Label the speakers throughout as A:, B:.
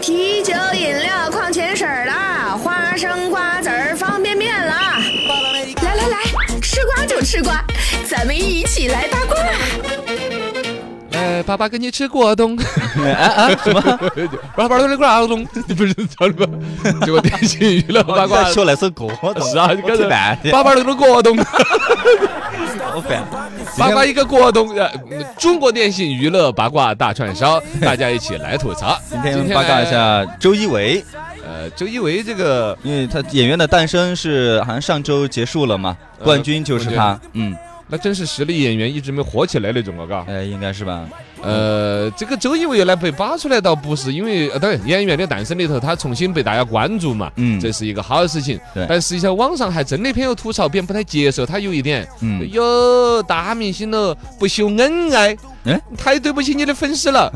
A: 啤酒、饮料、矿泉水啦，花生、瓜子儿、方便面啦。来来来，吃瓜就吃瓜，咱们一起来八卦。
B: 哎，爸爸跟你吃过 冬，
C: 啊啊！什么？
B: 爸爸跟你过冬， 不是叫什么？ 结果电信娱 乐八卦
C: 再，说来首歌，
B: 是啊，
C: 我
B: 跟
C: 最
B: 着
C: 烦的，
B: 爸爸跟你过 冬，
C: 我烦。
B: 八卦一个过冬， 呃，中国电信娱乐八卦大串 烧，大家一起来吐槽。
C: 今天八卦一，下周一围，
B: 呃，周一围这个
C: 因为他演员的诞生是好像上周结束了嘛，
B: 呃
C: 冠军就是他，嗯，
B: 那真是实力演员一直没火起来那种，我告。
C: 哎，应该是吧？
B: 呃，这个周一围来被扒出来倒不是因为，呃当然演员的诞生里头，他重新被大家关注嘛，
C: 嗯
B: 这是一个好的事情。
C: 对
B: 但实际上网上还真那篇有吐槽，别人不太接受，他有一点，
C: 嗯，
B: 哟，大明星了，不秀恩爱，
C: 哎
B: 太对不起你的粉丝 了。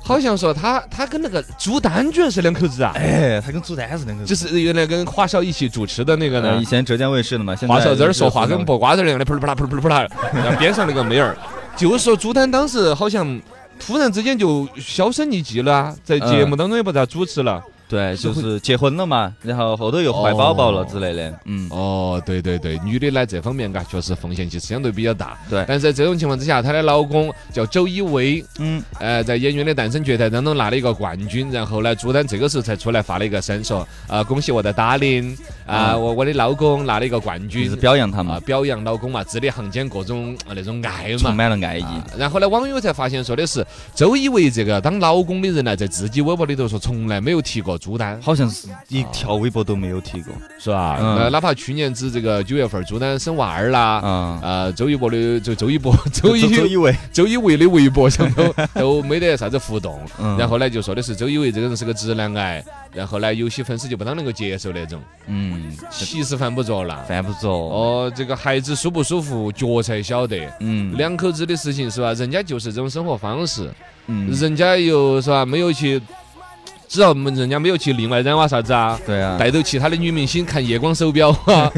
B: 好像说他他跟那个朱丹居然是两口子啊，
C: 哎，他跟朱丹是两个
B: 就
C: 字，
B: 是原来跟华少一起主持的那个
C: 呃
B: 呢
C: 以。前浙江卫视的嘛，现在
B: 华少在那儿说话
C: 就是
B: 跟嗑瓜子儿一样的，扑噜扑啦扑噜扑噜扑啦，然后边上那个妹儿就说朱丹当时好像突然之间就销声匿迹了啊，在节目当中也不咋主持了。
C: 对，就是结婚了嘛，然后后头又怀宝宝了
B: 哦
C: 之类的，嗯，
B: 哦，对对对，女的呢这方面嘎啊确实风险其实相对比较大。
C: 对
B: 但是在这种情况之下，她的老公叫周一围，
C: 嗯，
B: 呃，在演员的诞生决赛当中拿了一个冠军，然后呢，朱丹这个时候才出来发了一个声说，啊，恭喜我的 darling，啊、
C: 嗯
B: 我我的老公拿了一个冠
C: 就是
B: 军，
C: 表扬他
B: 啊、
C: 嘛，
B: 表扬老公嘛，字里行间各种呃那种爱
C: 充
B: 嘛。
C: 满了爱意，
B: 啊然后呢，网友才发现说的是周一围这个当老公的人呢，在自己微博里头说从来没有提过朱丹，
C: 好像是一条微博都没有提过，
B: 是吧？
C: 嗯
B: 呃，哪怕去年子这个九月份朱丹生娃儿啦，
C: 啊，
B: 呃，周一博的周周一博周一
C: 周一围，
B: 周一围的微博上 都都没得啥子互动，
C: 嗯
B: 然后呢就说的是周一围这个人是个直男癌，然后呢有些粉丝就不当能够接受那种，
C: 嗯，
B: 其实犯不着啦。
C: 犯不着，
B: 哦，这个孩子舒不舒服，脚才晓得。
C: 嗯，
B: 两口子的事情是吧？人家就是这种生活方式，
C: 嗯，
B: 人家又是吧？没有去，只要人家没有去另外染哇啥子啊，
C: 对啊，
B: 带走其他的女明星看夜光手表 啊，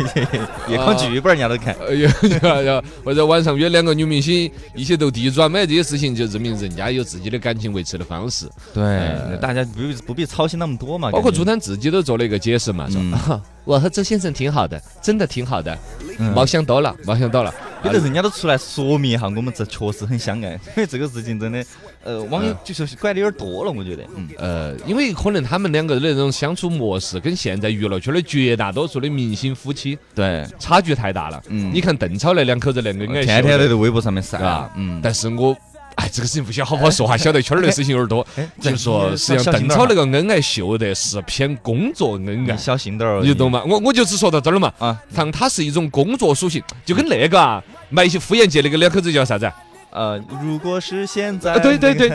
C: 夜光剧本人家都看，
B: 哎呀，呀呀或者晚上约两个女明星一起斗地主啊，买这些事情就证明人家有自己的感情维持的方式。
C: 对，大家不不必操心那么多嘛，
B: 包括
C: 感觉
B: 朱丹自己都做了一个解释嘛，说、
C: 啊嗯
B: 我和周先生挺好的，真的挺好的，
C: 嗯
B: 毛想多了，毛想多了。
C: 有的人家都出来说明一下，我们这确实很相爱， 因为这个事情真的，呃，网友就是管的有点多了，我觉得，嗯，
B: 呃，因为可能他们两个的那种相处模式跟现在娱乐圈的绝大多数的明星夫妻
C: 对，
B: 差距太大了。
C: 嗯
B: 你看邓超那两口子那个爱
C: 天天
B: 秀
C: 都
B: 的，
C: 在微博上面晒
B: 对吧，
C: 嗯，
B: 但是我。哎，这个事情不晓得好不 好说哈，晓得圈儿的事情有点多。
C: 哎
B: 就说实际上邓超那个恩爱秀的是偏工作恩爱
C: 你，小心点儿，
B: 你懂吗？我我就只说到这儿了嘛。
C: 啊？
B: 像它是一种工作属性，就跟那个啊，卖些妇炎洁那个两口子叫啥子啊？
C: 呃，如果是现在，
B: 啊对对对，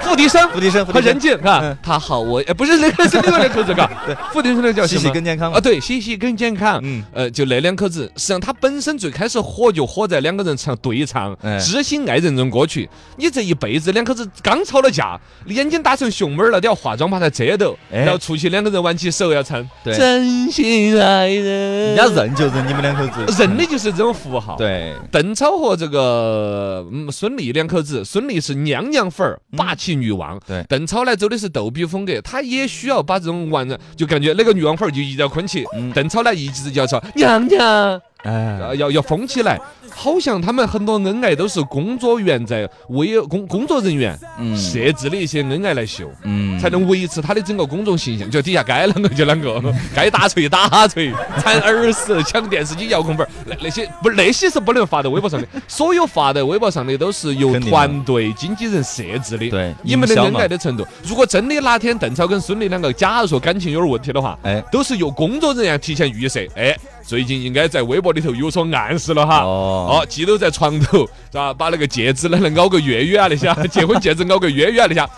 B: 付笛声
C: 付笛声，付
B: 和
C: 笛
B: 任
C: 声，
B: 静啊
C: 嗯，
B: 他好我，哎，不是那个是另外两 口子嘎，付笛声那个叫什
C: 洗
B: 么？
C: 洗更健康
B: 啊，，对，信息更健康。
C: 嗯
B: 呃，就那两口子，实际上他本身最开始火就火在两个人唱对唱
C: 哎
B: 《知心爱人》这种歌曲。你这一辈子两口子刚吵了架，眼睛打成熊猫儿了，都要化妆把它遮到，
C: 哎
B: 然后出去两个人挽起手要唱
C: 对
B: 《真心爱人
C: 人》。家认就认你们两口子，嗯
B: 认的就是这种符号。，
C: 对，
B: 邓超和这个嗯孙俪两口子，孙俪是娘娘范儿，
C: 嗯
B: 霸气女王。
C: 对
B: 邓超呢走的是逗比风格，他也需要把这种玩，就感觉那个女王范儿就一定要捆起。
C: 嗯
B: 邓超呢一直就要说娘娘，
C: 哎
B: 呃，要要疯起来。好像他们很多恩爱都是工作员在为工工作人员
C: 嗯
B: 设置的一些恩爱来秀。
C: 嗯
B: 才能维持他的整个公众形象，就底下该啷个就啷个， 该打锤打锤，铲耳屎、抢电视机遥控板儿，那那些不那些是不能发到微博 上的，所有发到微博上的都是由
C: 肯定的
B: 团队、经纪人设置的。
C: 对
B: 你们的
C: 营销
B: 恩
C: 嘛
B: 爱的程度，如果真的哪天邓超跟孙俪两个，假如说感情有点问题的话，
C: 哎
B: 都是由工作人员提前预设，哎，最近应该在微博里头有所暗示了哈。
C: 哦
B: 哦，记都在床头，是吧？把那个戒指呢，能熬个月月啊那些，结婚戒指熬个月月啊那些，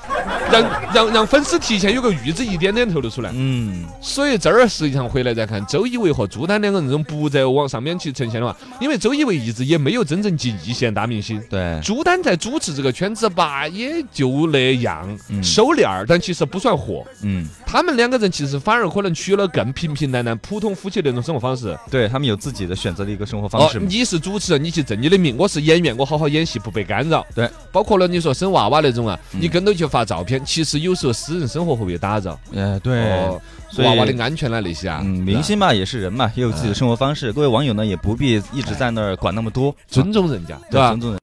B: 让让让粉丝提前有个预知，一点点透露出来。
C: 嗯，
B: 所以这儿实际上回来再看，周一围和朱丹两个人这种不再往上面去呈现的话，因为周一围一直也没有真正进一线大明星。
C: 对，
B: 朱丹在主持这个圈子吧，也就那样
C: 嗯，
B: 收敛儿，但其实不算火。
C: 嗯，
B: 他们两个人其实反而可能娶了更平平淡淡、普通夫妻那种生活方式。
C: 对他们有自己的选择的一个生活方
B: 哦
C: 式，嘛。
B: 你是主持人，你去挣你的命；我是演员，我好好演戏，不被干扰。
C: 对，
B: 包括了你说生娃娃那种啊，
C: 嗯
B: 你跟着去发照片，其实有时候私人生活会被打扰。
C: 呃，对，
B: 哦，
C: 所以
B: 娃娃的安全啦那些啊，
C: 嗯，明星嘛也是人嘛，也有自己的生活方式。各位网友呢也不必一直在那儿管那么多，
B: 尊重人家，对
C: 对
B: 吧
C: 尊？重人。